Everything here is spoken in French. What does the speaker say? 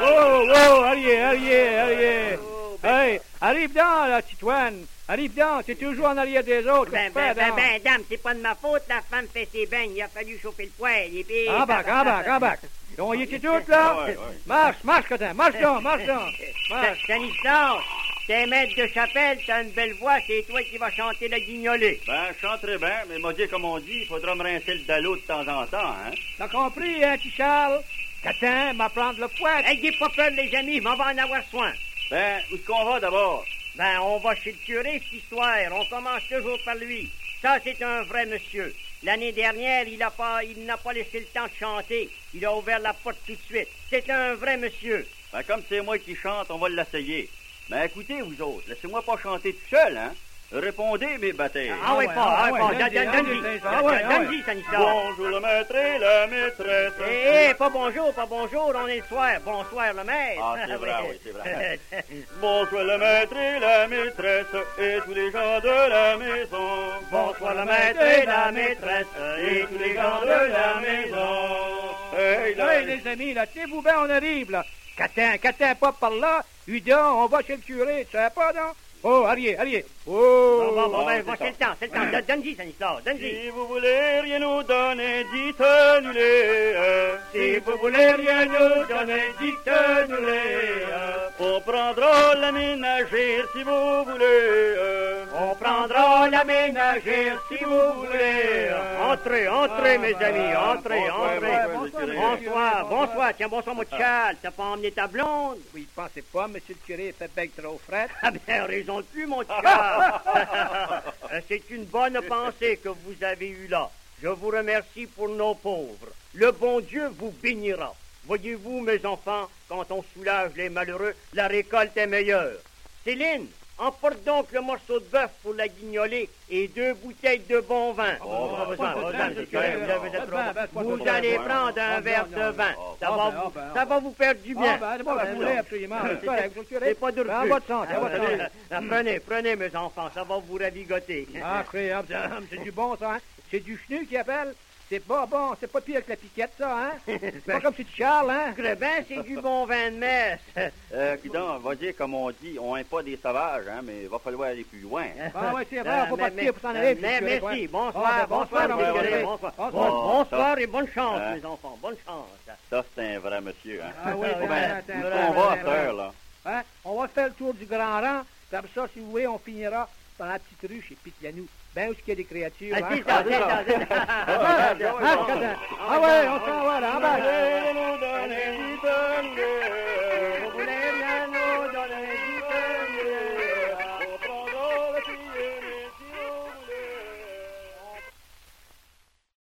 Oh, Oh, là, Titoine. Arrive donc, t'es toujours en arrière des autres. Ben, Fais ben, ben, donc. ben, dame, c'est pas de ma faute, la femme fait ses beignes, il a fallu chauffer le poêle, et puis... En bac, en bac, en bac. Donc, y était tout, là? Ouais, ouais. Marche, marche, Cotin, marche donc, marche donc. Marche. Stanislas, t'es maître de chapelle, t'as une belle voix, c'est toi qui vas chanter le guignolé. Ben, je chante très bien, mais m'a dit, comme on dit, il faudra me rincer le dallo de temps en temps, hein. T'as compris, hein, petit Charles? Cotin m'a prendre le poids. Ayez pas peur, les amis, m'en va en avoir soin. Ben, où est-ce qu'on va d'abord? Ben, on va chez le curé, cette histoire. On commence toujours par lui. Ça, c'est un vrai monsieur. L'année dernière, il a pas, il n'a pas laissé le temps de chanter. Il a ouvert la porte tout de suite. C'est un vrai monsieur. Ben, comme c'est moi qui chante, on va l'essayer. Ben, écoutez, vous autres, laissez-moi pas chanter tout seul, hein. Répondez, mes batailles. Ah, ouais, ouais, pas, ah ah, ouais, pas. donne-y, Donne- donne-y, Donne-y, ah ouais, ah ouais. donne-y, Stanislas. Bonjour le maître et la maîtresse. Eh, eh, pas bonjour, pas bonjour, on est le soir. Bonsoir, le maître. Ah, c'est vrai, oui, c'est vrai. Bonjour le maître et la maîtresse et tous les gens de la maison. Bonsoir, le maître et la maîtresse et tous les gens de la maison. Hey, là, Hey, les amis, là, tenez-vous bien, on arrive, là. Catin, Catin, pas par là. Udon, on va chez le curé, tu sais pas, non? Oh, arrière, arrière. Bon, bon, Oh! bon, ben, c'est bon, ça. c'est le temps, c'est le temps. Donne- Donne-y, Stanislas, donne-y. Si vous voulez rien nous donner, dites annuler. Si vous voulez rien nous donner, dites annuler. On prendra la ménagère si vous voulez. On prendra la ménagère si vous voulez. euh, Entrez, entrez, mes amis, ah, entrez, bonsoir, entrez. bonsoir, monsieur le curé. Bonsoir, bonsoir, tiens, bonsoir, mon petit Ah. Charles. T'as pas emmené ta blonde? Oui, pensez pas, monsieur le curé, il fait bien que trop fret. Ah ben, raison de plus, mon petit Charles. Euh, C'est une bonne pensée que vous avez eue là. Je vous remercie pour nos pauvres. Le bon Dieu vous bénira. Voyez-vous, mes enfants, quand on soulage les malheureux, la récolte est meilleure. Céline, emporte donc le morceau de bœuf pour la guignolée et deux bouteilles de bon vin. Oh, Ah, ben, vous en- pas de vous vin, en- c'est vous en- clair. vous en- Pas de vin, ben, pas de Vous vin. allez Ouais. prendre Ah, un ben, verre de ah, vin. ben, Ça va ah, ben, vous- ah, ben, ça va vous faire du Ah, bien. ben, c'est pas Ah, vous ben, voulez, non. absolument. C'est correct, monsieur le curé. C'est pas de Ben, En refus. votre santé, en votre Ah, santé. ah, Prenez, prenez, mes enfants, ça va vous ravigoter. Ah, c'est ah, c'est- c'est du bon, ça, hein? C'est du chenu qui appelle. C'est pas bon, c'est pas pire que la piquette, ça, hein? C'est pas comme si tu charles, hein? Ah, Grebin, c'est du bon vin de messe. Euh, coudonc, va dire comme on dit, on n'est pas des sauvages, hein, mais il va falloir aller plus loin. hein. Ah, ouais, c'est vrai, faut mais- partir pour s'en aller. mais- monsieur mais- le curé, merci, ouais. bonsoir, Ah, ben, bonsoir, bonsoir, monsieur le curé, bonsoir. Ah, bonsoir. Bonsoir. Bon- Bonsoir et bonne Ah. chance, mes enfants, bonne chance. Ah, Ça, c'est un vrai monsieur, hein. Ah oui, Bon, ben, ben, où attends, est-ce attends, qu'on va, attends, à cette heure, là? Hein? On va faire le tour du grand rang, puis après ça, si vous voulez, on finira par la petite rue chez Pitlanou. Ben, où est-ce qu'il y a des créatures, Ah, hein? c'est ça, c'est ça, c'est ça. Ah, marche, marche, Cotin. Ah ouais, on s'en va, là, en bas. Allez, nous donner du temps,